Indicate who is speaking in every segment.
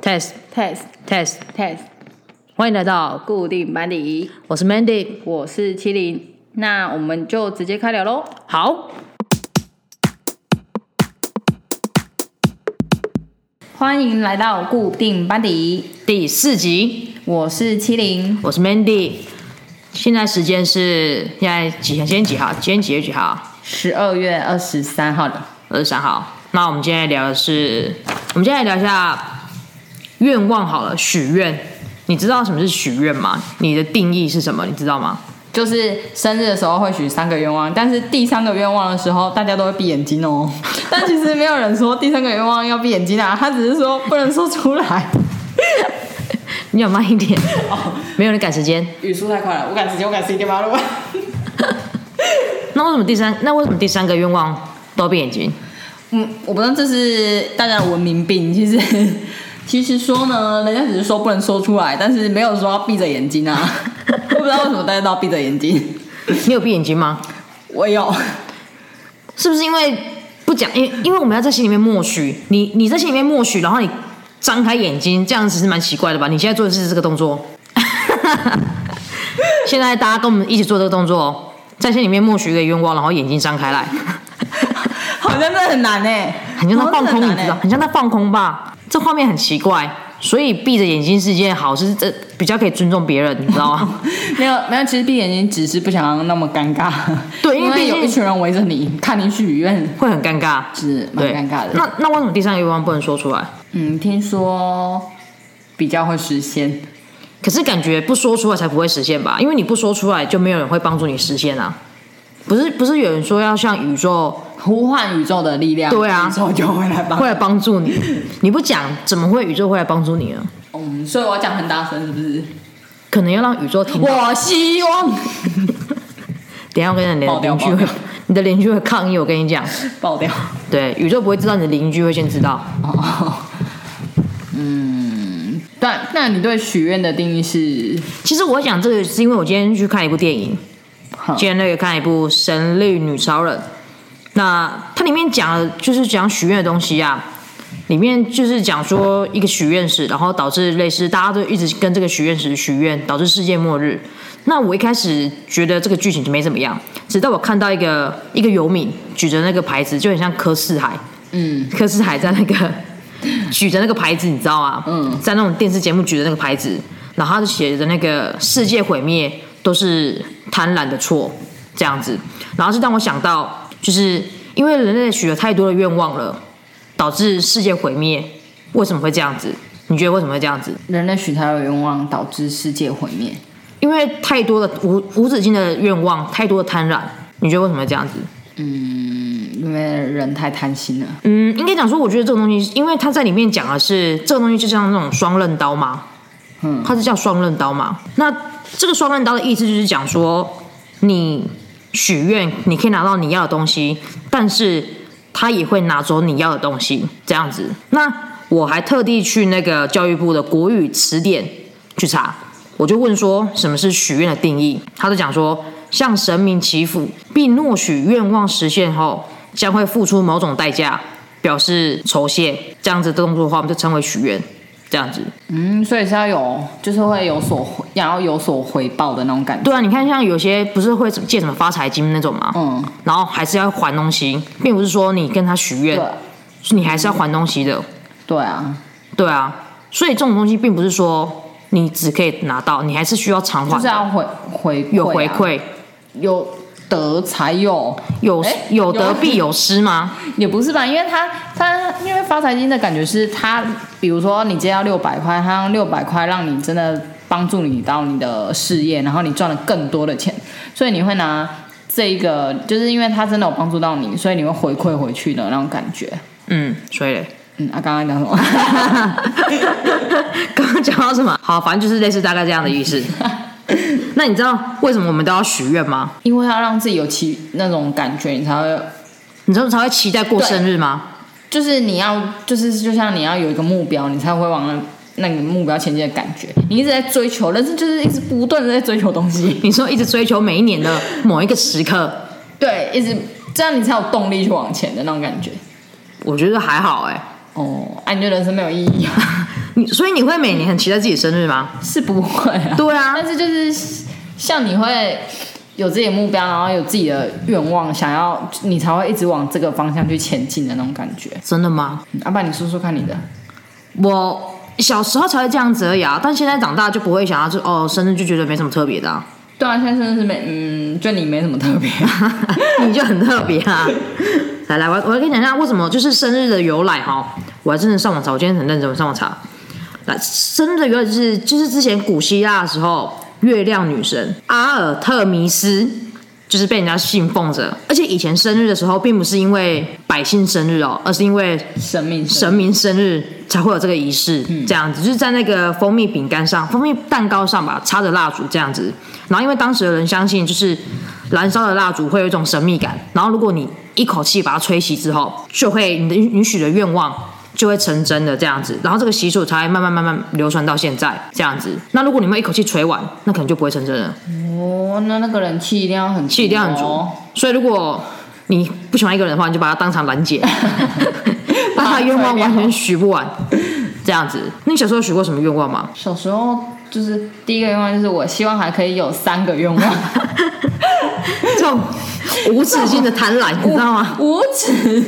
Speaker 1: test
Speaker 2: test
Speaker 1: test，
Speaker 2: test
Speaker 1: 欢迎来到，
Speaker 2: 固定班底，
Speaker 1: 我是 Mandy。
Speaker 2: 我是麒麟，那我们就直接开聊喽。
Speaker 1: 好，
Speaker 2: 欢迎来到固定班底，
Speaker 1: 第四集，
Speaker 2: 我是麒麟，
Speaker 1: 我是 Mandy。现在时间是现在几？今天几号？今天几月几号？
Speaker 2: 十二月二十三号的
Speaker 1: 二十三号。那我们今天聊的是，我们今天来聊一下愿望好了，许愿。你知道什么是许愿吗？你的定义是什么？你知道吗？
Speaker 2: 就是生日的时候会许三个愿望，但是第三个愿望的时候，大家都会闭眼睛哦。 但其实没有人说第三个愿望要闭眼睛啊，他只是说不能说出来。
Speaker 1: 你有慢一 点，没有人赶时间。
Speaker 2: 语速太快了，我赶时间，我赶时间吧，了。
Speaker 1: 那为什么第三？那为什么第三个愿望都闭眼睛？
Speaker 2: 嗯，我不知道这是大家的文明病。其实， 其实说呢，人家只是说不能说出来，但是没有说要闭着眼睛啊。 我不知道为什么大家都要闭着眼睛。
Speaker 1: 你有闭眼睛吗？
Speaker 2: 我有，
Speaker 1: 是不是因为不讲？因为因为我们要在心里面默许，你你在心里面默许，然后你张开眼睛，这样子是蛮奇怪的吧？你现在做的是这个动作， 现在大家跟我们一起做这个动作哦，在心里面默许一个愿望，然后眼睛张开来，
Speaker 2: 好像真的很难哎、
Speaker 1: 很像在放空，你
Speaker 2: 好像真
Speaker 1: 知道？
Speaker 2: 的很难欸
Speaker 1: 很像在放空吧？这画面很奇怪，所以闭着眼睛是一件好事，这比较可以尊重别人，你知道 吗？
Speaker 2: 没有没有，其实闭眼睛只是不想要那么尴尬。
Speaker 1: 对因为
Speaker 2: 因
Speaker 1: 毕
Speaker 2: 为
Speaker 1: 竟
Speaker 2: 有一群人围着你，看你许愿，
Speaker 1: 会很尴尬，
Speaker 2: 是蛮
Speaker 1: 对，
Speaker 2: 尴尬的。
Speaker 1: 那那为什么第三个愿望不能说出来？
Speaker 2: 嗯，听说比较会实现。
Speaker 1: 可是感觉不说出来才不会实现吧？因为你不说出来，就没有人会帮助你实现啊。不是不是，有人说要向宇宙
Speaker 2: 呼唤宇宙的力量，
Speaker 1: 对啊
Speaker 2: 宇宙就会来帮
Speaker 1: 会来帮助 你，你不讲，怎么会宇宙会来帮助你呢？
Speaker 2: 嗯，所以我要讲很大声，是不是？
Speaker 1: 可能要让宇宙 听到。
Speaker 2: 我希望
Speaker 1: 等一下我跟你讲，
Speaker 2: 爆
Speaker 1: 你的
Speaker 2: 掉
Speaker 1: 邻居
Speaker 2: 爆
Speaker 1: 会
Speaker 2: 掉，
Speaker 1: 你的邻居会抗议。我跟你讲，
Speaker 2: 爆掉。
Speaker 1: 对，宇宙不会知道，你的邻居会先知道。
Speaker 2: 哦，嗯，但那你对许愿的定义是？
Speaker 1: 其实我讲这个是因为我今天去看一部电影，
Speaker 2: 好
Speaker 1: 今天那个看一部《神力女超人》，那它里面讲的就是讲许愿的东西啊，里面就是讲说一个许愿石，然后导致类似大家都一直跟这个许愿石许愿，导致世界末日。那我一开始觉得这个剧情没怎么样，直到我看到一个一个游民举着那个牌子，就很像柯四海，
Speaker 2: 嗯，
Speaker 1: 柯四海在那 个举着那个牌子，你知道吗？
Speaker 2: 嗯，
Speaker 1: 在那种电视节目举着那个牌子，然后他就写着那个世界毁灭都是贪婪的错这样子，然后是让我想到，就是因为人类许了太多的愿望了，导致世界毁灭，为什么会这样子？你觉得为什么会这样子？
Speaker 2: 人类许他的愿望导致世界毁灭。
Speaker 1: 因为太多的无无止境的愿望，太多的贪婪，你觉得为什么会这样子？
Speaker 2: 嗯，因为人太贪心了。
Speaker 1: 嗯，应该讲说，我觉得这个东西，因为它在里面讲的是这个东西，就像那种双刃刀嘛，
Speaker 2: 嗯，
Speaker 1: 它是叫双刃刀嘛。那这个双刃刀的意思就是讲说，你许愿你可以拿到你要的东西，但是他也会拿走你要的东西，这样子。那我还特地去那个教育部的国语词典去查，我就问说什么是许愿的定义，他就讲说向神明祈福并诺许愿望实现后，将会付出某种代价，表示酬谢，这样子的动作的话，我们就称为许愿，这样子。
Speaker 2: 嗯，所以是要有，就是会有所回，然后有所回报的那种感觉。
Speaker 1: 对啊，你看像有些不是会借什么发财金那种嘛，
Speaker 2: 嗯，
Speaker 1: 然后还是要还东西，并不是说你跟他许
Speaker 2: 对
Speaker 1: 愿，你还是要还东西的，
Speaker 2: 对啊，
Speaker 1: 对啊，所以这种东西并不是说你只可以拿到，你还是需要偿
Speaker 2: 就是
Speaker 1: 还，
Speaker 2: 要回回、啊
Speaker 1: 有回，馈，
Speaker 2: 有得才有。
Speaker 1: 有
Speaker 2: 哎
Speaker 1: 有
Speaker 2: 有
Speaker 1: 得必有失吗？
Speaker 2: 也不是吧，因为他他因为发财金的感觉是他，比如说你今天要六百块，他用六百块让你真的帮助你到你的事业，然后你赚了更多的钱，所以你会拿这一个，就是因为他真的有帮助到你，所以你会回馈回去的那种感觉。
Speaker 1: 嗯，所 以嘞。
Speaker 2: 嗯，啊，刚刚讲 什么？
Speaker 1: 刚刚讲到什么？好，反正就是类似大概这样的意思。 那你知道为什么我们都要许愿吗？
Speaker 2: 因为要让自己有其那种感觉，你才会，
Speaker 1: 你知道才会期待过生日吗？
Speaker 2: 就是你要，就是就像你要有一个目标，你才会往那那个目标前进的感觉。你一直在追求，但是就是一直不断的在追求东西。
Speaker 1: 你说一直追求每一年的某一个时刻，
Speaker 2: 对，一直这样你才有动力去往前的那种感觉。
Speaker 1: 我觉得还好哎、
Speaker 2: 哦，啊，你觉得人生没有意义啊？
Speaker 1: 你所以你会每年很期待自己生日吗？
Speaker 2: 是不会啊。
Speaker 1: 对啊
Speaker 2: 但是就是像你会有自己的目标，然后有自己的愿望，想要你才会一直往这个方向去前进的那种感觉。
Speaker 1: 真的吗？
Speaker 2: 嗯阿爸，你说说看你的。
Speaker 1: 我小时候才会这样子而已啊，但现在长大就不会想要就哦，生日就觉得没什么特别的、啊，
Speaker 2: 对啊，现在真的是没，嗯，就你没什么特别。
Speaker 1: 你就很特别啊。来来，我我来跟你讲一下为什么就是生日的由来哈，我还真的上网查，我今天很认真，我上网查。来，生日的由来就是就是之前古希腊的时候，月亮女神阿尔特弥斯就是被人家信奉着，而且以前生日的时候，并不是因为百姓生日哦，而是因为
Speaker 2: 生命生
Speaker 1: 神明生日才会有这个仪式，这样子就是在那个蜂蜜饼干上、蜂蜜蛋糕上吧，插着蜡烛这样子。然后因为当时的人相信，就是燃烧的蜡烛会有一种神秘感，然后如果你一口气把它吹熄之后，就会你的你许的愿望就会成真的这样子。然后这个习俗才慢慢慢慢流传到现在这样子。那如果你们一口气吹完，那可能就不会成真了。
Speaker 2: 哦，那那个人气一定要很
Speaker 1: 气一定要很足
Speaker 2: 哦。。
Speaker 1: 所以如果你不喜欢一个人的话，你就把他当场拦截，把他愿望完全许不完，这样子。那你小时候许过什么愿望吗？
Speaker 2: 小时候就是第一个愿望就是我希望还可以有三个愿望，
Speaker 1: 这种无止境的贪婪， 你知道 吗？
Speaker 2: 无耻，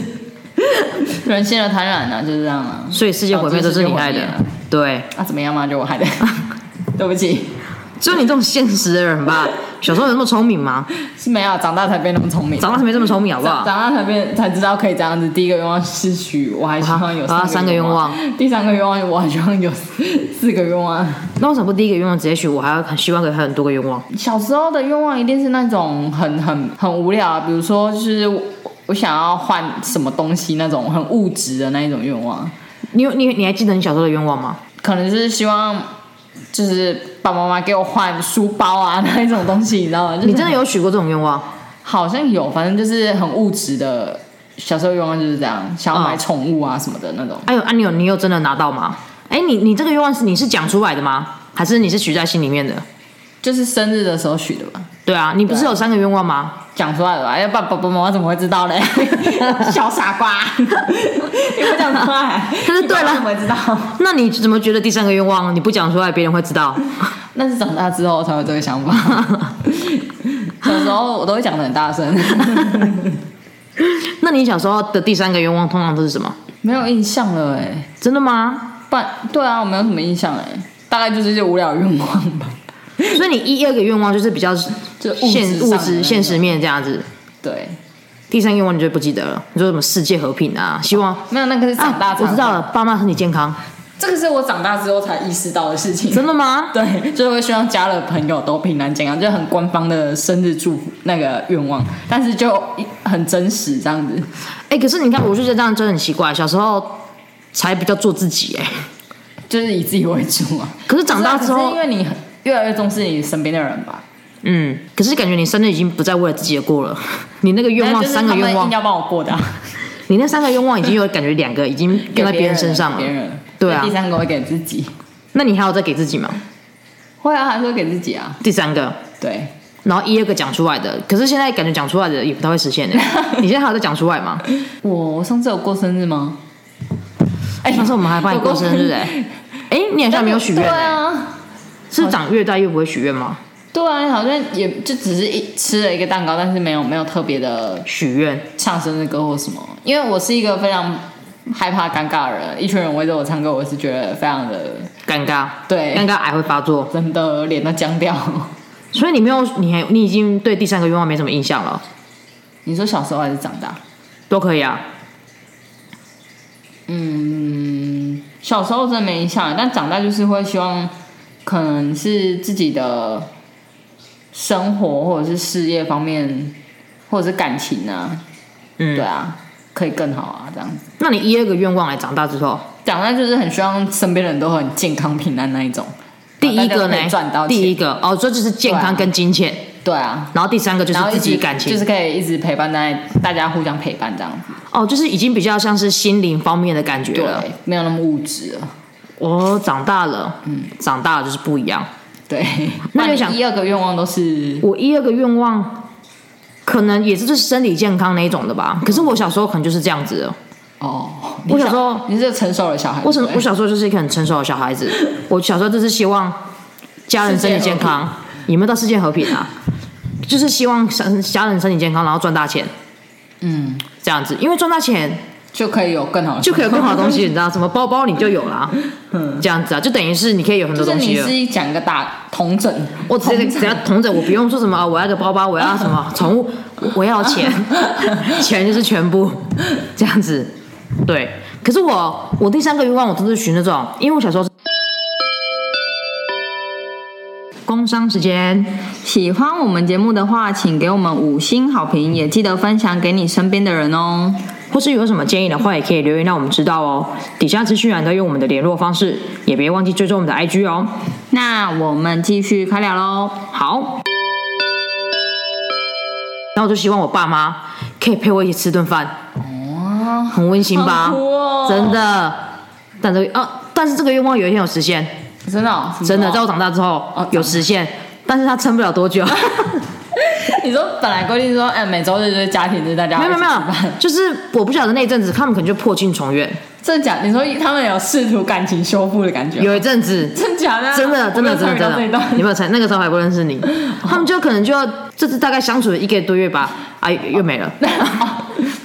Speaker 2: 人性的贪婪啊，就是这样啊。
Speaker 1: 所以世界毁灭都是你害的
Speaker 2: 导致世界毁灭啊。
Speaker 1: 对，
Speaker 2: 啊，怎么样嘛？就我害的， 对不起，
Speaker 1: 只有你这种现实的人吧。小时候有那么聪明吗？
Speaker 2: 是没有长大才变那么聪明。
Speaker 1: 长大才没这么聪明，好不
Speaker 2: 长
Speaker 1: 好？
Speaker 2: 大才变才知道可以这样子。第一个愿望是许，我还希望有
Speaker 1: 啊三个愿望。
Speaker 2: 第三个愿望我还希望有四四个愿望。
Speaker 1: 那为什么不第一个愿望直接许？我还要很希望有很多个愿望。
Speaker 2: 小时候的愿望一定是那种很很很无聊、啊，比如说就是我我想要换什么东西那种很物质的那一种愿望，
Speaker 1: 你有你你还记得你小时候的愿望吗？
Speaker 2: 可能是希望就是爸爸妈妈给我换书包啊那一种东西，你知道吗？就是、
Speaker 1: 你真的有许过这种愿望？
Speaker 2: 好像有，反正就是很物质的。小时候愿望就是这样，想要买宠物啊什么的那种。
Speaker 1: 哎呦，啊，你有你有真的拿到吗？哎，你你这个愿望是你是讲出来的吗？还是你是许在心里面的？
Speaker 2: 就是生日的时候许的吧，
Speaker 1: 对啊，你不是有三个愿望吗？
Speaker 2: 讲出来了吧？要不然爸爸妈妈怎么会知道嘞？ 小傻瓜，你不讲出 来，
Speaker 1: 可是对了
Speaker 2: 你爸妈怎么会知道？
Speaker 1: 那你怎么觉得第三个愿望你不讲出来，别人会知道？
Speaker 2: 那是长大之后才有这个想法。 小时候我都会讲的很大 声，
Speaker 1: 那你小时候的第三个愿望通常都是什么？
Speaker 2: 没有印象了哎。
Speaker 1: 真的吗？
Speaker 2: 不然，对啊，我没有什么印象哎，大概就是一些无聊的愿望吧。
Speaker 1: 所以你一、二个愿望就是比较
Speaker 2: 就物质
Speaker 1: 现
Speaker 2: 上
Speaker 1: 物
Speaker 2: 的那
Speaker 1: 质
Speaker 2: 种
Speaker 1: 现实面这样子，
Speaker 2: 对，
Speaker 1: 第三个愿望你就不记得了。你说什么世界和平啊？希望
Speaker 2: 没有那个是长大
Speaker 1: 啊，
Speaker 2: 才、
Speaker 1: 我知道，了，爸妈身体健康。
Speaker 2: 这个是我长大之后才意识到的事情。
Speaker 1: 真的吗？
Speaker 2: 对，就是会希望家的朋友都平安健康，就很官方的生日祝福那个愿望，但是就很真实这样子。
Speaker 1: 哎、可是你看，我就觉得这样真的很奇怪。小时候才比较做自己哎、
Speaker 2: 就是以自己为主啊。
Speaker 1: 可是长大之
Speaker 2: 可是
Speaker 1: 后
Speaker 2: 因，为你很越来越重视你身边的人吧，
Speaker 1: 嗯，可是感觉你生日已经不再为了自己而过了， 你那个愿望
Speaker 2: 就是
Speaker 1: 三个
Speaker 2: 他们
Speaker 1: 愿
Speaker 2: 硬
Speaker 1: 望，
Speaker 2: 要帮我过的、啊，
Speaker 1: 你那三个愿望已经有感觉两个已经用在别人身上
Speaker 2: 给别
Speaker 1: 了，
Speaker 2: 人
Speaker 1: 对啊
Speaker 2: 第三个会给自己，
Speaker 1: 那你还有再给自己吗？
Speaker 2: 会啊，还是会给自己啊，
Speaker 1: 第三个，
Speaker 2: 对，
Speaker 1: 然后一二个讲出来的，可是现在感觉讲出来的也不太会实现的。欸 你现在还有在讲出来吗？
Speaker 2: 我上次有过生日吗？哎
Speaker 1: 上次我们还帮你过生日哎、哎、你好像没有许愿、
Speaker 2: 对
Speaker 1: 欸，
Speaker 2: 啊，
Speaker 1: 是长越大越不会许愿吗？
Speaker 2: 对啊，好像也就只是一吃了一个蛋糕，但是没有没有特别的
Speaker 1: 许愿，
Speaker 2: 唱生日歌或什么，因为我是一个非常害怕尴尬的人，一群人围着我唱歌，我是觉得非常的
Speaker 1: 尴尬，
Speaker 2: 对
Speaker 1: 尴尬癌会发作，
Speaker 2: 真的脸都僵掉。
Speaker 1: 所以你没有，你还你已经对第三个愿望没什么印象了，
Speaker 2: 你说小时候还是长大？
Speaker 1: 都可以啊。
Speaker 2: 嗯，小时候真的没印象，但长大就是会希望，可能是自己的生活或者是事业方面，或者是感情啊，
Speaker 1: 嗯
Speaker 2: 对啊，可以更好啊，这样子。
Speaker 1: 那你一二个愿望哎、长大之后，
Speaker 2: 长大就是很希望身边的人都很健康平安那一种。
Speaker 1: 第一个
Speaker 2: 大家可
Speaker 1: 呢？
Speaker 2: 以赚到钱
Speaker 1: 第一个哦，这就是健康跟金钱，
Speaker 2: 对啊，
Speaker 1: 然后第三个就是
Speaker 2: 然后一
Speaker 1: 自
Speaker 2: 直
Speaker 1: 己感情，
Speaker 2: 就是可以一直陪伴在大家互相陪伴这样子。
Speaker 1: 哦，就是已经比较像是心灵方面的感觉了。
Speaker 2: 对，没有那么物质了。
Speaker 1: 我、长大了，嗯，长大了就是不一样。
Speaker 2: 对，
Speaker 1: 那就
Speaker 2: 你
Speaker 1: 想
Speaker 2: 一二个愿望都是
Speaker 1: 我一二个愿望，可能也是就是身体健康那一种的吧。可是我小时候可能就是这样子的，
Speaker 2: 哦，
Speaker 1: 我小时候
Speaker 2: 你是个成熟的小孩，
Speaker 1: 我什
Speaker 2: 对
Speaker 1: 么
Speaker 2: 不？对
Speaker 1: 我小时候就是一个很成熟的小孩子，我小时候就是希望家人身体健康，有没有到世界和平啊？就是希望家家人身体健康，然后赚大钱
Speaker 2: 嗯，
Speaker 1: 这样子，因为赚大钱
Speaker 2: 就可以有更好的，
Speaker 1: 就可以有更好的东西，你 知道，什么包包你就有啦，这样子啊，就等于是你可以有很多
Speaker 2: 嗯就是
Speaker 1: 东
Speaker 2: 你
Speaker 1: 西了
Speaker 2: 自。己讲一个大同整，
Speaker 1: 我直接只要同着，我不用说什么，啊我要个包包，我要什 么宠物，我我要钱， 钱就是全 部这样子。对，可是我我第三个愿望我都是许那种，因为我小时候是工商时间，
Speaker 2: 喜欢我们节目的话，请给我们五星好评，也记得分享给你身边的人哦。
Speaker 1: 或是有什么建议的话，也可以留言让我们知道哦。底下资讯栏都有我们的联络方式，也别忘记追踪我们的 IG 哦。
Speaker 2: 那我们继续开聊喽。
Speaker 1: 好，然后我就希望我爸妈可以陪我一起吃顿饭，
Speaker 2: 哇，
Speaker 1: 很温馨吧？
Speaker 2: 哦好酷哦
Speaker 1: 真的，但这个啊，但是这个愿望有一天有实现，
Speaker 2: 真的哦、
Speaker 1: 真的，
Speaker 2: 什
Speaker 1: 在
Speaker 2: 么
Speaker 1: 我长大之后、
Speaker 2: 哦
Speaker 1: 有实现，但是他撑不了多 久。
Speaker 2: 你说本来规定说，哎，每周日就是家庭日，大家
Speaker 1: 没有没有没
Speaker 2: 一起吃
Speaker 1: 有
Speaker 2: 饭，
Speaker 1: 就是我不晓得那一阵子他们可能就破镜重圆，
Speaker 2: 真的假？你说他们有试图感情修复的感觉吗？
Speaker 1: 有一阵子。
Speaker 2: 真假的啊？
Speaker 1: 真的，真的，真的，真
Speaker 2: 我没有参与
Speaker 1: 的
Speaker 2: 到这一，
Speaker 1: 你
Speaker 2: 段哦
Speaker 1: 没有猜，那个时候还不认识你，他们就可能就要，这次大概相处了一个多月吧，啊，又又没 了，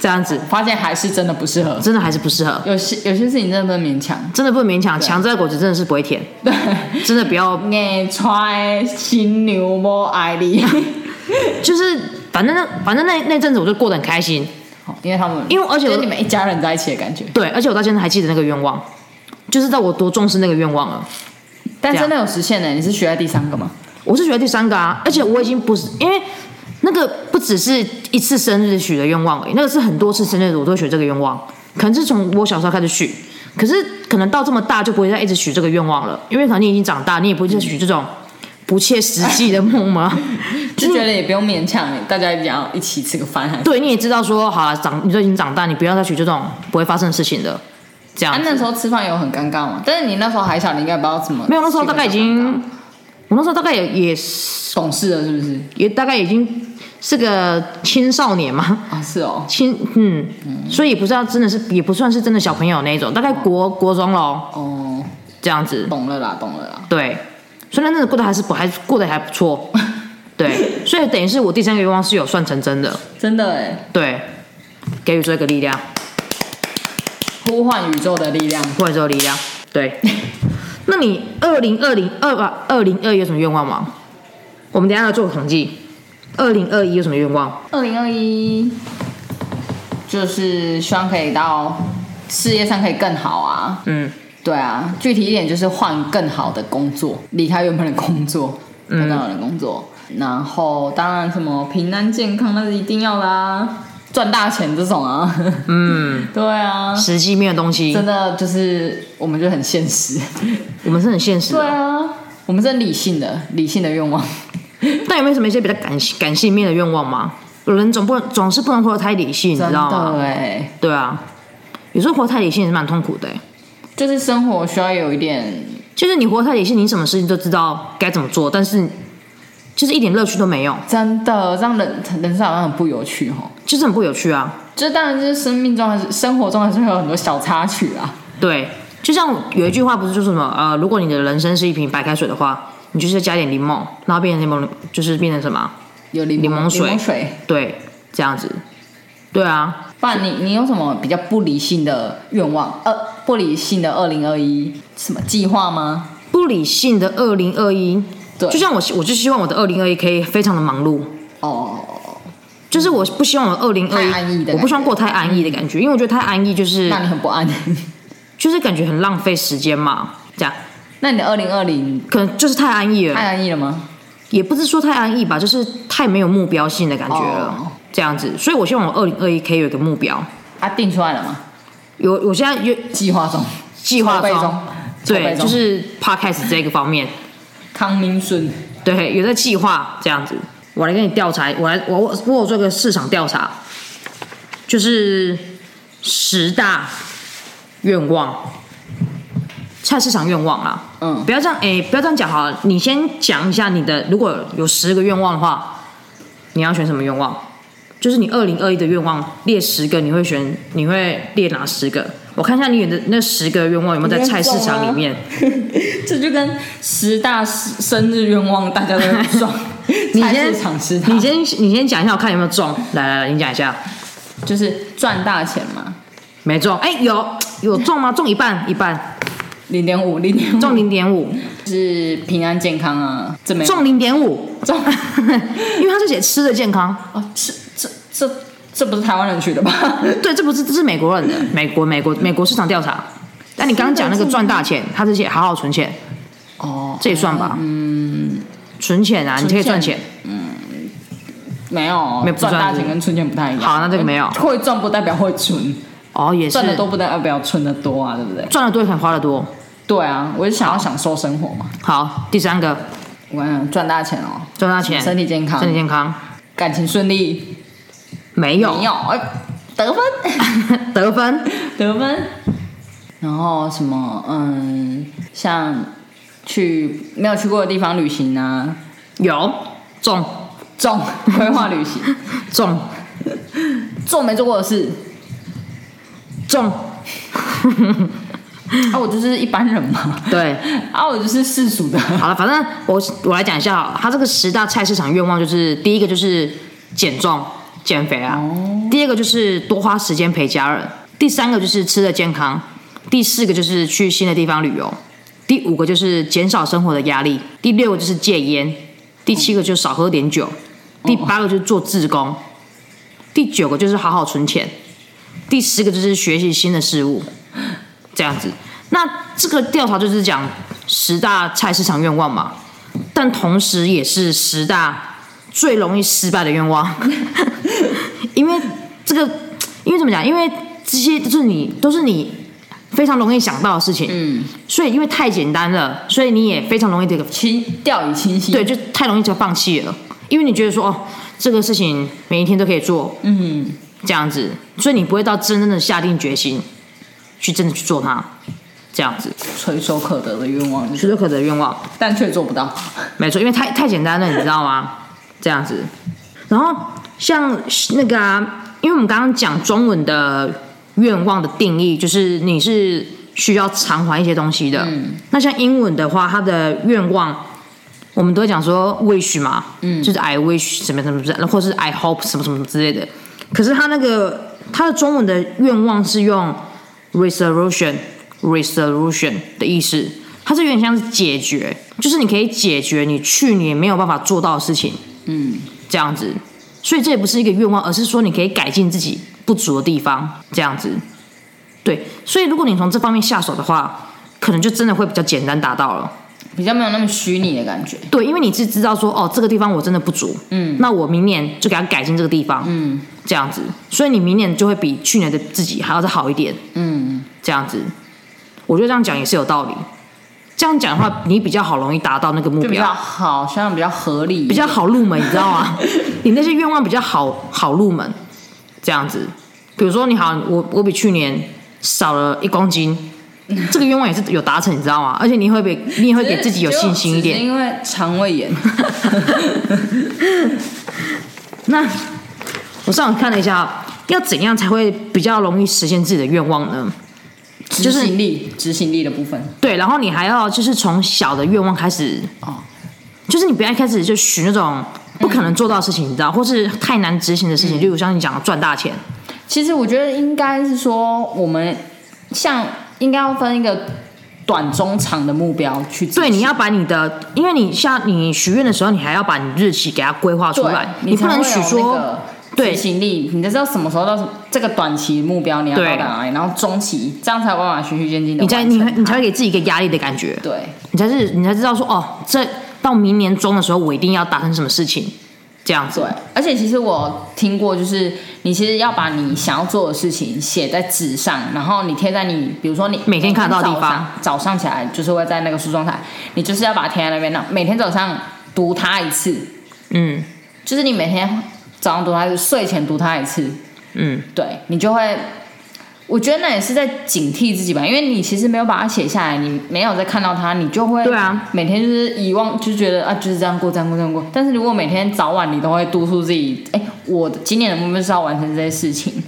Speaker 1: 这样子，
Speaker 2: 发现还是真的不适合。
Speaker 1: 真的还是不适合，
Speaker 2: 有些有些事情真的不能勉强。
Speaker 1: 真的不能勉强，强摘的果子真的是不会甜，
Speaker 2: 对，
Speaker 1: 真的不要，
Speaker 2: 硬揣新牛摸爱 你，
Speaker 1: 就是反正那反正那那阵子我就过得很开心，
Speaker 2: 哦因为他们，
Speaker 1: 因为而且我
Speaker 2: 就是你们一家人在一起的感觉。
Speaker 1: 对，而且我到现在还记得那个愿望，就知道我多重视那个愿望了。
Speaker 2: 但
Speaker 1: 这样
Speaker 2: 真的有实现呢？你是学在第三个吗？
Speaker 1: 我是许在第三个啊，而且我已经不是因为那个不只是一次生日许的愿望而已，那个是很多次生日我都会许这个愿望，可能是从我小时候开始许，可是可能到这么大就不会再一直许这个愿望了，因为可能你已经长大，你也不会再许这种不切实际的梦嘛。
Speaker 2: 就觉得也不用勉强欸，大家一定要一起吃个饭还是。
Speaker 1: 对，你也知道说好了，长你都已经长大，你不要再许这种不会发生的事情的，这样
Speaker 2: 啊，
Speaker 1: 子。
Speaker 2: 那时候吃饭有很尴尬吗？但是你那时候还小，你应该不知道怎么。
Speaker 1: 没有，那时候大概已经，我那时候大概也也
Speaker 2: 懂事了，是不是？
Speaker 1: 也大概已经是个青少年嘛，
Speaker 2: 啊，是哦。
Speaker 1: 青嗯，所以不是要真的是也不算是真的小朋友那一种，大概国国中咯，
Speaker 2: 哦，
Speaker 1: 这样子，
Speaker 2: 懂了啦，懂了啦。
Speaker 1: 对，所以那阵子过得还是不还是过得还不错， 对，所以等于是我第三个愿望是有算成真的，
Speaker 2: 真的哎，
Speaker 1: 对，给予这个力量，
Speaker 2: 呼唤宇宙的力量。
Speaker 1: 或者这个力量， 对，那你二零二零二吧二零二有什么愿望吗？我们等一下要做个统计，二零二一有什么愿望？
Speaker 2: 二零二一，就是希望可以到事业上可以更好啊。
Speaker 1: 嗯。
Speaker 2: 对啊，具体一点就是换更好的工作，离开原本的工作，
Speaker 1: 嗯
Speaker 2: 换更好的工作。然后当然什么平安健康那是一定要啦，赚大钱这种啊。
Speaker 1: 嗯，
Speaker 2: 对啊，
Speaker 1: 实际面的东西
Speaker 2: 真，的就是我们就很现实。
Speaker 1: 我们是很现实
Speaker 2: 对
Speaker 1: 的。
Speaker 2: 啊，我们是很理性的，理性的愿望。
Speaker 1: 那有没有什么一些比较感性感性面的愿望吗？人总不能总是不能活得太理性，你
Speaker 2: 真
Speaker 1: 知道吗
Speaker 2: 的？哎，
Speaker 1: 对啊，有时候活得太理性也是蛮痛苦的欸。
Speaker 2: 就是生活需要有一点
Speaker 1: 就是你活得太理性，你什么事情都知道该怎么做，但是就是一点乐趣都没有，
Speaker 2: 真的让人人生好像很不有趣哦。
Speaker 1: 就是很不有趣啊。
Speaker 2: 就是当然，就是生命中还是生活中还是会有很多小插曲啊。
Speaker 1: 对，就像有一句话不是说什么呃，如果你的人生是一瓶白开水的话，你就是加点柠檬，然后变成柠檬，就是变成什么？
Speaker 2: 有柠
Speaker 1: 柠檬水
Speaker 2: 柠檬水。
Speaker 1: 对，这样子。对啊，
Speaker 2: 不然你你有什么比较不理性的愿望？呃，不理性的二零二一什么计划吗？
Speaker 1: 不理性的二零二一，
Speaker 2: 对，
Speaker 1: 就像我希，我就希望我的二零二一可以非常的忙碌，
Speaker 2: 哦，
Speaker 1: 就是我不希望我二零二
Speaker 2: 太安逸
Speaker 1: 一，
Speaker 2: 的感觉
Speaker 1: 我不希望过太安逸的感觉，因为我觉得太安逸就是
Speaker 2: 那你很不安。
Speaker 1: 嗯就是感觉很浪费时间嘛，这样
Speaker 2: 那你的二零二零
Speaker 1: 可能就是太安逸
Speaker 2: 太
Speaker 1: 了，
Speaker 2: 安逸了吗？
Speaker 1: 也不是说太安逸吧，就是太没有目标性的感觉了，
Speaker 2: 哦
Speaker 1: 这样子，所以我希望我二零二一可以有一个目标，
Speaker 2: 啊，定出来了吗？
Speaker 1: 有我现在有
Speaker 2: 计划中，
Speaker 1: 计划
Speaker 2: 筹备
Speaker 1: 中
Speaker 2: 中，，筹
Speaker 1: 对，
Speaker 2: 备中
Speaker 1: 就是 podcast 这个方面，
Speaker 2: 康明顺。
Speaker 1: 对，有在计划这样子。我来给你调查，我来我我我有做个市场调查，就是十大愿望，菜市场愿望啊啦。
Speaker 2: 嗯
Speaker 1: 不要这样，哎、不要这样讲好了。你先讲一下你的，如果有十个愿望的话，你要选什么愿望？就是你二零二一的愿望列十个，你会选你会列哪十个？我看一下你选的那十个愿望有没有在菜市场里面。
Speaker 2: 这就跟十大生日愿望大家都有撞，
Speaker 1: 你
Speaker 2: 菜
Speaker 1: 先
Speaker 2: 市场十大，
Speaker 1: 你先你先讲一下，我看有没有中。来来来，你讲一下，
Speaker 2: 就是赚大钱嘛，
Speaker 1: 没中。哎、有有中吗？中一半一半，
Speaker 2: 零点五，零点
Speaker 1: 中零点五，
Speaker 2: 是平安健康啊，怎么样？
Speaker 1: 中零点五，
Speaker 2: 中
Speaker 1: 因为他是写吃的健康。
Speaker 2: 哦，是这这这不是台湾人取 的吧？
Speaker 1: 对，这不是这是美国人的，美国美国美国市场调查。但你刚刚讲那个赚大钱，他是写好好存钱，
Speaker 2: 哦，
Speaker 1: 这也算吧？嗯，存钱啊，你可以赚钱。
Speaker 2: 没有
Speaker 1: 没，不
Speaker 2: 赚
Speaker 1: 算
Speaker 2: 大
Speaker 1: 是
Speaker 2: 钱跟存钱不太一样。嗯
Speaker 1: 好那这个没有
Speaker 2: 会赚不代表会存，
Speaker 1: 哦，也是
Speaker 2: 赚的多不代表存的多啊，对不对？
Speaker 1: 赚的多，也可能花的多。
Speaker 2: 对啊，我就想要享受生活嘛。
Speaker 1: 好，第三个
Speaker 2: 我跟你讲，赚大钱哦，
Speaker 1: 赚大钱，
Speaker 2: 身体健康
Speaker 1: 身体健康
Speaker 2: 感情顺利，
Speaker 1: 没有
Speaker 2: 没有，哎得分。
Speaker 1: 得分，
Speaker 2: 得分。然后什么，嗯，像去没有去过的地方旅行啊，
Speaker 1: 有中
Speaker 2: 重 规划旅行，
Speaker 1: 中
Speaker 2: 做没做过的事
Speaker 1: 中，
Speaker 2: 啊，我就是一般人嘛，
Speaker 1: 对。
Speaker 2: 啊，我就是世俗的，
Speaker 1: 好了，反正我我来讲一下好了，他这个十大菜市场愿望就是第一个就是减重减肥啊，第二个就是多花时间陪家人，第三个就是吃的健康，第四个就是去新的地方旅游，第五个就是减少生活的压力，第六个就是戒烟，第七个就是少喝点酒，第八个就是做志工，第九个就是好好存钱，第十个就是学习新的事物。这样子。那这个调查就是讲十大菜市场愿望嘛，但同时也是十大最容易失败的愿望， 因为这个，因为怎么讲？因为这些就是你都是你非常容易想到的事情，
Speaker 2: 嗯，
Speaker 1: 所以因为太简单了，所以你也非常容易这个
Speaker 2: 清掉以清晰，
Speaker 1: 对，，就太容易就放弃了，因为你觉得说哦，这个事情每一天都可以做，
Speaker 2: 嗯，
Speaker 1: 这样子，所以你不会到真正的下定决心去真的去做它，这样子。
Speaker 2: 垂手可得的愿望，
Speaker 1: 随手可得的愿望，
Speaker 2: 但却做不到，
Speaker 1: 没错，因为太太简单了，你知道吗？这样子，然后像那个、啊，因为我们刚刚讲中文的愿望的定义，就是你是需要偿还一些东西的。那像英文的话，它的愿望我们都会讲说 wish 嘛，嗯，就是 I wish 什么什么什么，或是 I hope 什么什么之类的。可是它那个它的中文的愿望是用 resolution resolution 的意思，它是有点像是解决，就是你可以解决你去年没有办法做到的事情，
Speaker 2: 嗯，
Speaker 1: 这样子。所以这也不是一个愿望，而是说你可以改进自己不足的地方，这样子。对，所以如果你从这方面下手的话，可能就真的会比较简单达到了。
Speaker 2: 比较没有那么虚拟的感觉，
Speaker 1: 对，因为你是知道说，哦，这个地方我真的不足，嗯，那我明年就给它改进这个地方，嗯，这样子，所以你明年就会比去年的自己还要再好一点，
Speaker 2: 嗯，
Speaker 1: 这样子，我觉得这样讲也是有道理。这样讲的话，你比较好容易达到那个目
Speaker 2: 就比
Speaker 1: 标，
Speaker 2: 较好像比较合理，
Speaker 1: 比较好入门，你知道 吗？你那些愿望比较好好入门，这样子。比如说，你好，我我比去年少了一公 斤，这个愿望也是有达成，你知道吗？而且你会给你也会给自己有信心一点
Speaker 2: 只。是 因为肠胃炎，
Speaker 1: 那我上网看了一下，啊要怎样才会比较容易实现自己的愿望呢？
Speaker 2: 执行力，执行力的部分，
Speaker 1: 对，然后你还要就是从小的愿望开始，
Speaker 2: 哦，
Speaker 1: 就是你不要一开始就许那种不可能做到的事情，你知道，或是太难执行的事
Speaker 2: 嗯
Speaker 1: 情，例如像你讲的赚大钱，
Speaker 2: 其实我觉得应该是说，我们像应该要分一个短、中、长的目标去执行。
Speaker 1: 对，你要把你的，因为你像你许愿的时候，你还要把你日期给它规划出
Speaker 2: 对
Speaker 1: 来，，
Speaker 2: 你
Speaker 1: 不能许
Speaker 2: 许
Speaker 1: 说、对
Speaker 2: 执行力，你才知道什么时候到这个短期目标你要
Speaker 1: 对
Speaker 2: 到达哪里，然后中期，这样才有办法循序渐进的。
Speaker 1: 你才你会你才会给自己一个压力的感觉，
Speaker 2: 对，
Speaker 1: 你才是你才知道说哦，这到明年中的时候，我一定要达成什么事情，这样子
Speaker 2: 对，，而且其实我听过，就是你其实要把你想要做的事情写在纸上，然后你贴在你，比如说你
Speaker 1: 每天看得到的地方
Speaker 2: 早上，早上起来就是会在那个梳妆台，你就是要把它贴在那边，那每天早上读它一次，
Speaker 1: 嗯
Speaker 2: 就是你每天早上读它一次，睡前读它一次，
Speaker 1: 嗯。
Speaker 2: 对你就会我觉得那也是在警惕自己吧，因为你其实没有把它写下来，你没有再看到它，你就会
Speaker 1: 对啊，
Speaker 2: 每天就是遗忘，就觉得啊就是这样过，这样过，这样过。但是如果每天早晚你都会督促自己，哎，我的今年的目标是要完成这些事情，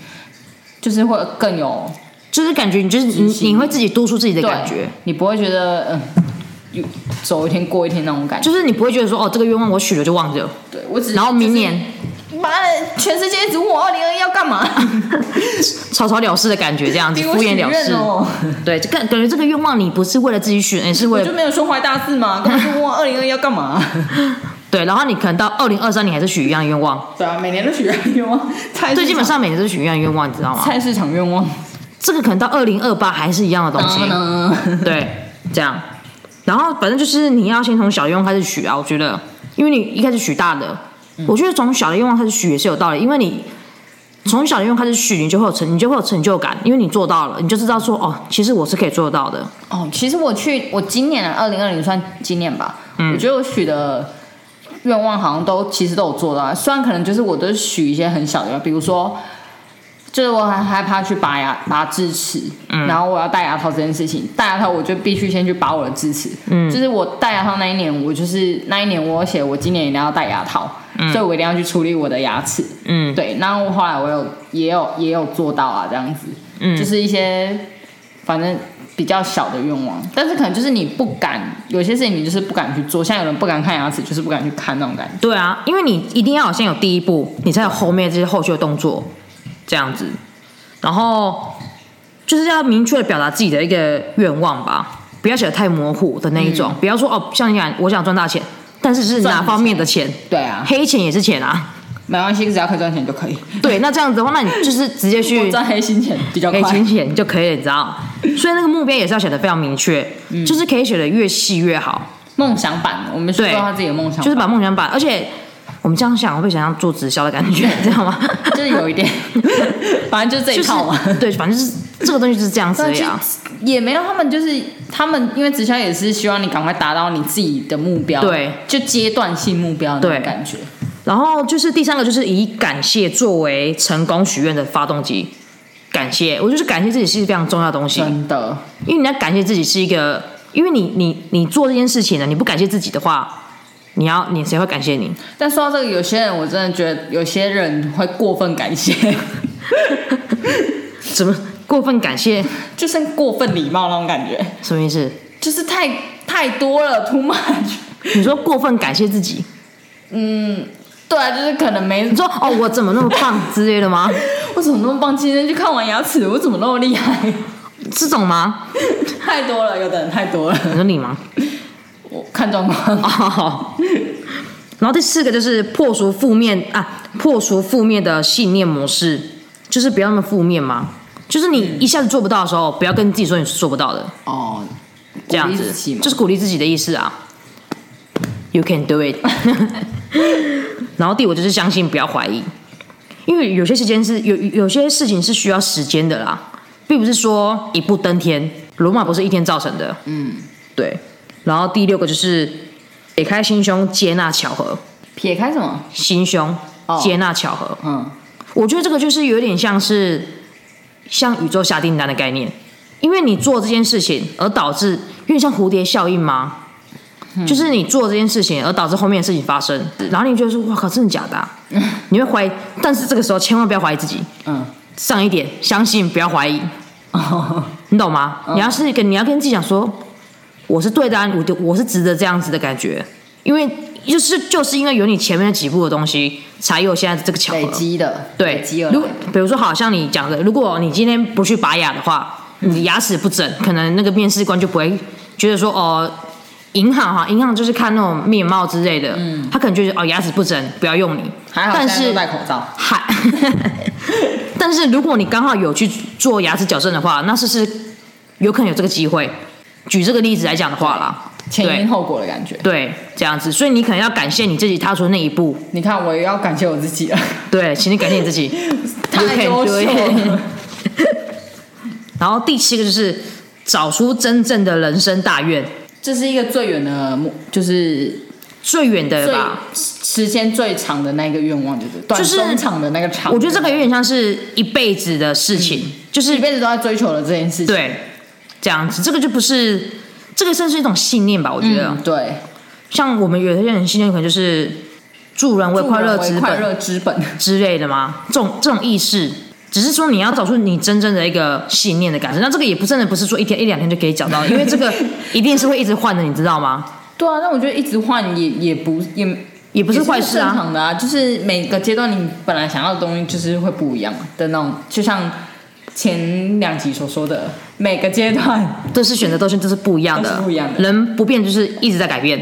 Speaker 2: 就是会更有
Speaker 1: 就是感觉你就是你你会自己督促自己的感觉
Speaker 2: 对，你不会觉得嗯、有走一天过一天那种感觉。
Speaker 1: 就是你不会觉得说哦这个愿望我许了就忘了，
Speaker 2: 对我只
Speaker 1: 然后明年
Speaker 2: 就是妈的，全世界一直问我二零二一要干嘛，
Speaker 1: 草草了事的感觉，这样子
Speaker 2: 逼 我
Speaker 1: 敷衍
Speaker 2: 许
Speaker 1: 了
Speaker 2: 愿
Speaker 1: 事。
Speaker 2: 哦。
Speaker 1: 对，这感感觉这个愿望你不是为了自己许，你是为
Speaker 2: 我
Speaker 1: 了
Speaker 2: 就没有胸怀大志嘛，干嘛就问我二零二一要干嘛？
Speaker 1: 对，然后你可能到二零二三你还是许一样愿望，
Speaker 2: 对啊，每年都许愿愿望，菜
Speaker 1: 最
Speaker 2: 市
Speaker 1: 基本上每年都许一样愿望，你知道
Speaker 2: 场
Speaker 1: 吗？
Speaker 2: 菜市场愿望，
Speaker 1: 这个可能到二零二八还是一样的东西。
Speaker 2: 嗯
Speaker 1: 对，这样。然后反正就是你要先从小的愿望开始许啊，我觉得，因为你一开始许大的，我觉得从小的愿望开始许也是有道理，因为你从小的愿望开始许，你就会有成，你就会有成就感，因为你做到了，你就知道说哦，其实我是可以做到的。
Speaker 2: 哦，其实我去，我今年二零二零算今年吧，我觉得我许的愿望好像都其实都有做到啊，虽然可能就是我都许一些很小的，比如说。就是我很害怕去拔牙、拔智齿，然后我要戴牙套这件事情，戴牙套我就必须先去拔我的智齿。嗯，就是我戴牙套那一年，我就是那一年我有写我今年一定要戴牙套，所以我一定要去处理我的牙齿。
Speaker 1: 嗯，
Speaker 2: 对，然后后来我有也有也有做到啊，这样子，嗯，就是一些反正比较小的愿望，但是可能就是你不敢，有些事情你就是不敢去做，像有人不敢看牙齿，就是不敢去看那种感觉。
Speaker 1: 对啊，因为你一定要有先有第一步，你才有后面这些后续的动作，这样子。然后就是要明确的表达自己的一个愿望吧，不要写的太模糊的那一种，不要说哦，像你讲我想赚大钱，但是是
Speaker 2: 嗯赚
Speaker 1: 哪方面的钱？
Speaker 2: 对啊，
Speaker 1: 黑钱也是钱啊，
Speaker 2: 没关系，只要可以赚钱就可以。
Speaker 1: 对，那这样子的话，那你就是直接
Speaker 2: 我
Speaker 1: 去
Speaker 2: 赚黑心钱比较快
Speaker 1: 黑。心钱就可以了，你知道？所以那个目标也是要写的非常明确，
Speaker 2: 嗯
Speaker 1: 就是可以写的越细越好，
Speaker 2: 梦想版，我们说
Speaker 1: 对
Speaker 2: 他自己的梦想版，
Speaker 1: 就是把梦想版，而且我们这样想会不会想要做直销的感 觉，你知道吗？
Speaker 2: 就是有 一点，反正就是这
Speaker 1: 就
Speaker 2: 一套嘛。啊
Speaker 1: 是对，反正就是这个东西就是这样子啊
Speaker 2: 但
Speaker 1: 的
Speaker 2: 其实
Speaker 1: 呀。
Speaker 2: 也没有，他们就是他们，因为直销也是希望你赶快达到你自己的目标，
Speaker 1: 对，
Speaker 2: 就阶段性目标的那
Speaker 1: 对
Speaker 2: 种感觉。
Speaker 1: 然后就是第三个，就是以感谢作为成功许愿的发动机。感谢，我就是感谢自己是非常重要的东西，
Speaker 2: 真的，
Speaker 1: 因为你要感谢自己是一个，因为你你你做这件事情呢，你不感谢自己的话，你要你谁会感谢你？
Speaker 2: 但说到这个，有些人我真的觉得有些人会过分感谢，
Speaker 1: 怎么过分感谢？
Speaker 2: 就是过分礼貌那种感觉，
Speaker 1: 什么意思？
Speaker 2: 就是太太多了，too much。
Speaker 1: 你说过分感谢自己？
Speaker 2: 对啊，就是可能没
Speaker 1: 你说哦，我怎么那么棒之类的吗？
Speaker 2: 我怎么那么棒，今天去看完牙齿，我怎么那么厉害？
Speaker 1: 这种吗？
Speaker 2: 太多了，有的人太多了，
Speaker 1: 你说你吗？
Speaker 2: 我看状况。
Speaker 1: 哦。然后第四个就是破除负面啊，破除负面的信念模式，就是不要那么负面嘛。就是你一下子做不到的时候，不要跟自己说你是做不到的，
Speaker 2: 哦，
Speaker 1: 这样
Speaker 2: 鼓励
Speaker 1: 子
Speaker 2: 自己嘛
Speaker 1: 就是鼓励自己的意思啊。You can do it 。 然后第五就是相信，不要怀疑，因为有些时间是有有些事情是需要时间的啦，并不是说一步登天，罗马不是一天造成的。
Speaker 2: 嗯，
Speaker 1: 对，然后第六个就是撇开心胸，接纳巧合，
Speaker 2: 撇开什么？
Speaker 1: 心胸
Speaker 2: 哦
Speaker 1: 接纳巧合。
Speaker 2: 嗯，
Speaker 1: 我觉得这个就是有点像是向宇宙下订单的概念，因为你做这件事情而导致，有点像蝴蝶效应吗？
Speaker 2: 嗯
Speaker 1: 就是你做这件事情而导致后面的事情发生，然后你就会说：“哇靠，真的假的啊、 你会怀疑，但是这个时候千万不要怀疑自己，
Speaker 2: 嗯，
Speaker 1: 上一点，相信，不要怀疑。
Speaker 2: 哦，
Speaker 1: 你懂吗？你要是跟你要跟自己讲说，我是对的、啊，我的我是值得这样子的感觉，因为就是就是因为有你前面的几步的东西，才有现在这个巧
Speaker 2: 累
Speaker 1: 合。
Speaker 2: 积 的，
Speaker 1: 对
Speaker 2: 累积，而
Speaker 1: 如
Speaker 2: 来。
Speaker 1: 比如说，好像你讲的，如果你今天不去拔牙的话，
Speaker 2: 嗯
Speaker 1: 你的牙齿不整，可能那个面试官就不会觉得说哦。银行哈，银行就是看那种面貌之类的，他可能就是哦牙齿不整，不要用你。
Speaker 2: 嗯还好
Speaker 1: 但
Speaker 2: 现在
Speaker 1: 是
Speaker 2: 都戴口罩。
Speaker 1: 嗨， 但是如果你刚好有去做牙齿矫正的话，那是是有可能有这个机会。举这个例子来讲的话啦，
Speaker 2: 前因后果的感觉。
Speaker 1: 对，这样子，所以你可能要感谢你自己踏出那一步。
Speaker 2: 你看，我也要感谢我自己了，
Speaker 1: 对，请你感谢你自己，You
Speaker 2: 太
Speaker 1: can
Speaker 2: 优
Speaker 1: do
Speaker 2: 秀
Speaker 1: it
Speaker 2: 了。
Speaker 1: 然后第七个就是找出真正的人生大愿，
Speaker 2: 这是一个最远的目，就是
Speaker 1: 最远的
Speaker 2: 最
Speaker 1: 吧。
Speaker 2: 时间最长的那个愿望就是短
Speaker 1: 就是
Speaker 2: 中长的那个长。
Speaker 1: 我觉得这个有点像是一辈子的事情，就是
Speaker 2: 一辈子都在追求了这件事情。
Speaker 1: 对这样子，这个就不是这个，算是一种信念吧。我觉得，
Speaker 2: 嗯，对，
Speaker 1: 像我们有些人信念可能就是助人为快乐
Speaker 2: 助人
Speaker 1: 之
Speaker 2: 为快
Speaker 1: 本
Speaker 2: 乐之本。
Speaker 1: 之类的嘛，这种这种意识。只是说你要找出你真正的一个信念的感受，那这个也不真的不是说一天一两天就可以找到的，因为这个一定是会一直换的，你知道吗？
Speaker 2: 对啊，那我觉得一直换也也不也
Speaker 1: 也不
Speaker 2: 也
Speaker 1: 是
Speaker 2: 是
Speaker 1: 坏事
Speaker 2: 正
Speaker 1: 啊。
Speaker 2: 常的啊，就是每个阶段你本来想要的东西就是会不一样嘛的那种，就像前两集所说的，每个阶段
Speaker 1: 这是选择都是这是不一样
Speaker 2: 都
Speaker 1: 的，
Speaker 2: 是不一样的
Speaker 1: 人不变就是一直在改 变，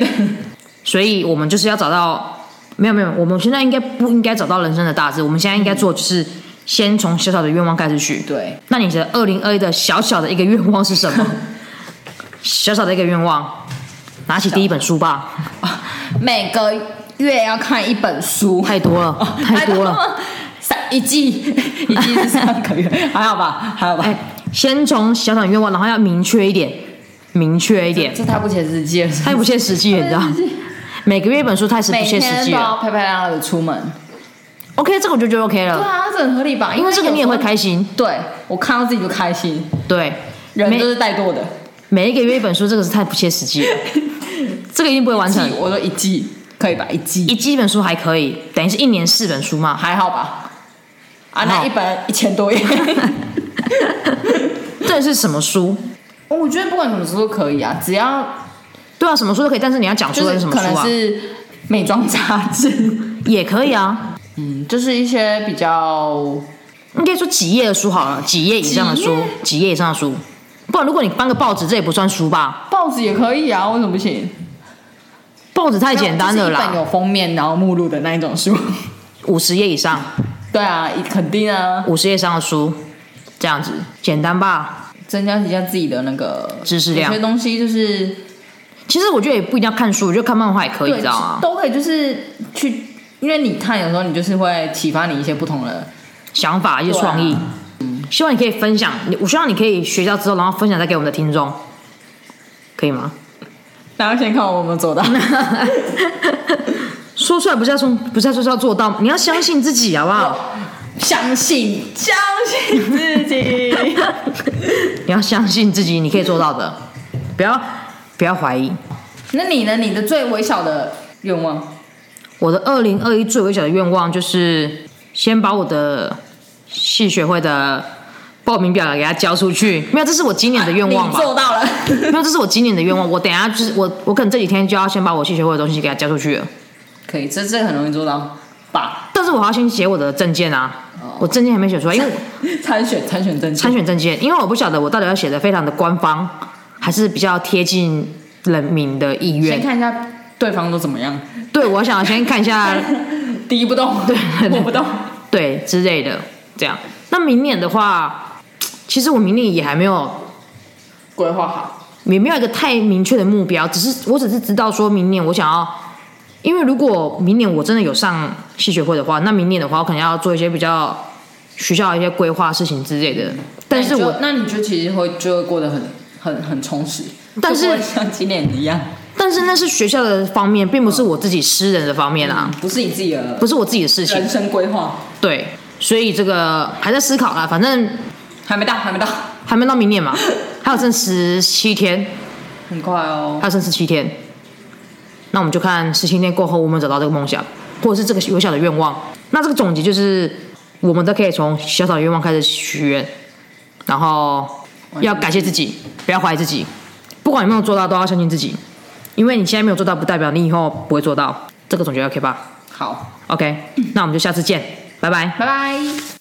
Speaker 1: 所以我们就是要找到，没有没有，我们现在应该不应该找到人生的大志？我们现在应该做就是先从小小的愿望开始许。
Speaker 2: 对，
Speaker 1: 那你的二零二一的小小的一个愿望是什么？ 小小的一个愿望，拿起第一本书吧，
Speaker 2: 每个月要看一本书，
Speaker 1: 太多了，太多了。，
Speaker 2: 三一季一季是三个月，还好吧，还好吧，
Speaker 1: 哎、先从小小的愿望，然后要明确一点，明确一 点，
Speaker 2: 这太不切实际了，
Speaker 1: 太不切实际了，你知 道吗？每个月一本书太是不
Speaker 2: 每
Speaker 1: 切实
Speaker 2: 天
Speaker 1: 际
Speaker 2: 都
Speaker 1: 了。
Speaker 2: 要漂漂亮亮的出门，
Speaker 1: OK，这个我就觉得 OK 了
Speaker 2: 对。啊，这很合理吧？
Speaker 1: 因为这个你也会
Speaker 2: 有时候，
Speaker 1: 开心，
Speaker 2: 对我看到自己就开心，
Speaker 1: 对，
Speaker 2: 人
Speaker 1: 每
Speaker 2: 都是怠惰的，
Speaker 1: 每一个月一本书，这个是太不切实 际了，这个一定不会完成
Speaker 2: 季。我说一季可以吧？一季
Speaker 1: 一季一本书还可以，等于是一年四本书嘛。
Speaker 2: 还好吧？
Speaker 1: 还
Speaker 2: 啊，
Speaker 1: 好
Speaker 2: 那一本一千多页。
Speaker 1: 这是什么书？
Speaker 2: 我觉得不管什么书都可以啊，只要
Speaker 1: 对啊，什么书都可以，但是你要讲出
Speaker 2: 就
Speaker 1: 来
Speaker 2: 是
Speaker 1: 什么
Speaker 2: 可
Speaker 1: 书
Speaker 2: 能
Speaker 1: 啊，
Speaker 2: 是美妆杂志，
Speaker 1: 也可以啊。
Speaker 2: 嗯，就是一些比较
Speaker 1: 应该说几页的书好了，几页以上的
Speaker 2: 几
Speaker 1: 书
Speaker 2: 页，
Speaker 1: 几页以上的书。不然如果你翻个报纸，这也不算书吧？
Speaker 2: 报纸也可以啊，为什么不行？
Speaker 1: 报纸太简单了
Speaker 2: 就是一本
Speaker 1: 啦，
Speaker 2: 有封面然后目录的那一种书。
Speaker 1: 五十页以上，
Speaker 2: 对啊，肯定啊，
Speaker 1: 五十页以上的书，这样子简单吧？
Speaker 2: 增加一下自己的那个
Speaker 1: 知识量
Speaker 2: 有些东西就是
Speaker 1: 其实我觉得也不一定要看书，我觉得看漫画也可以，
Speaker 2: 对，
Speaker 1: 知道吗？
Speaker 2: 都可以，就是去，因为你看有时候你就是会启发你一些不同的
Speaker 1: 想法、一些创意
Speaker 2: 对。啊
Speaker 1: 希望你可以分享，你我希望你可以学到之后，然后分享再给我们的听众，可以 吗？
Speaker 2: 大家先看我们做到，
Speaker 1: 说出来不是要说，不是要说是要做到，你要相信自己，好不好？
Speaker 2: 相信相信自己。
Speaker 1: 你要相信自己，你可以做到的，不要不要怀疑。
Speaker 2: 那你呢？你的最微小的愿望？
Speaker 1: 我的二零二一最微小的愿望就是先把我的戏学会的报名表给它交出去，没有，这是我今年的愿望
Speaker 2: 你
Speaker 1: 吧？
Speaker 2: 做到了。
Speaker 1: 没有，这是我今年的愿望。我等一下就是我，我可能这几天就要先把我戏学会的东西给它交出去了。
Speaker 2: 可以，这这个很容易做到吧？
Speaker 1: 但是我还要先写我的证件啊，
Speaker 2: 哦
Speaker 1: 我证件还没写出来，因为我
Speaker 2: 参选参选证
Speaker 1: 参选证件，因为我不晓得我到底要写的非常的官方，还是比较贴近人民的意
Speaker 2: 先
Speaker 1: 愿。
Speaker 2: 看一下对方都怎么样，
Speaker 1: 对，我想先看一 下
Speaker 2: 敌不动，对我不动。
Speaker 1: 对之类的这样。那明年的话，其实我明年也还没有，
Speaker 2: 规划好，
Speaker 1: 也没有一个太明确的目标，只是我只是知道说明年我想要。因为如果明年我真的有上戏学会的话，那明年的话我可能要做一些比较学校的一些规划事情之类的。但是
Speaker 2: 那你就
Speaker 1: 我
Speaker 2: 那你就其实会就会过得很很很充实，
Speaker 1: 但是
Speaker 2: 就不会像今年一样，
Speaker 1: 但是那是学校的方面，并不是我自己私人的方面啊，
Speaker 2: 不是你自己的
Speaker 1: 不是我自己的事情
Speaker 2: 人。生规划，
Speaker 1: 对，所以这个还在思考啦，反正
Speaker 2: 还没到，还没到，
Speaker 1: 还没到明年嘛，还有剩十七天，
Speaker 2: 很快哦。
Speaker 1: 还有剩十七天。那我们就看十七天过后，我们找到这个梦想，或者是这个有小的愿望。那这个总结就是，我们都可以从小小的愿望开始许愿，然后要感谢自己，不要怀疑自己，不管有没有做到，都要相信自己，因为你现在没有做到，不代表你以后不会做到。这个总结 OK 吧？
Speaker 2: 好，
Speaker 1: OK，那我们就下次见，拜拜。
Speaker 2: 拜拜。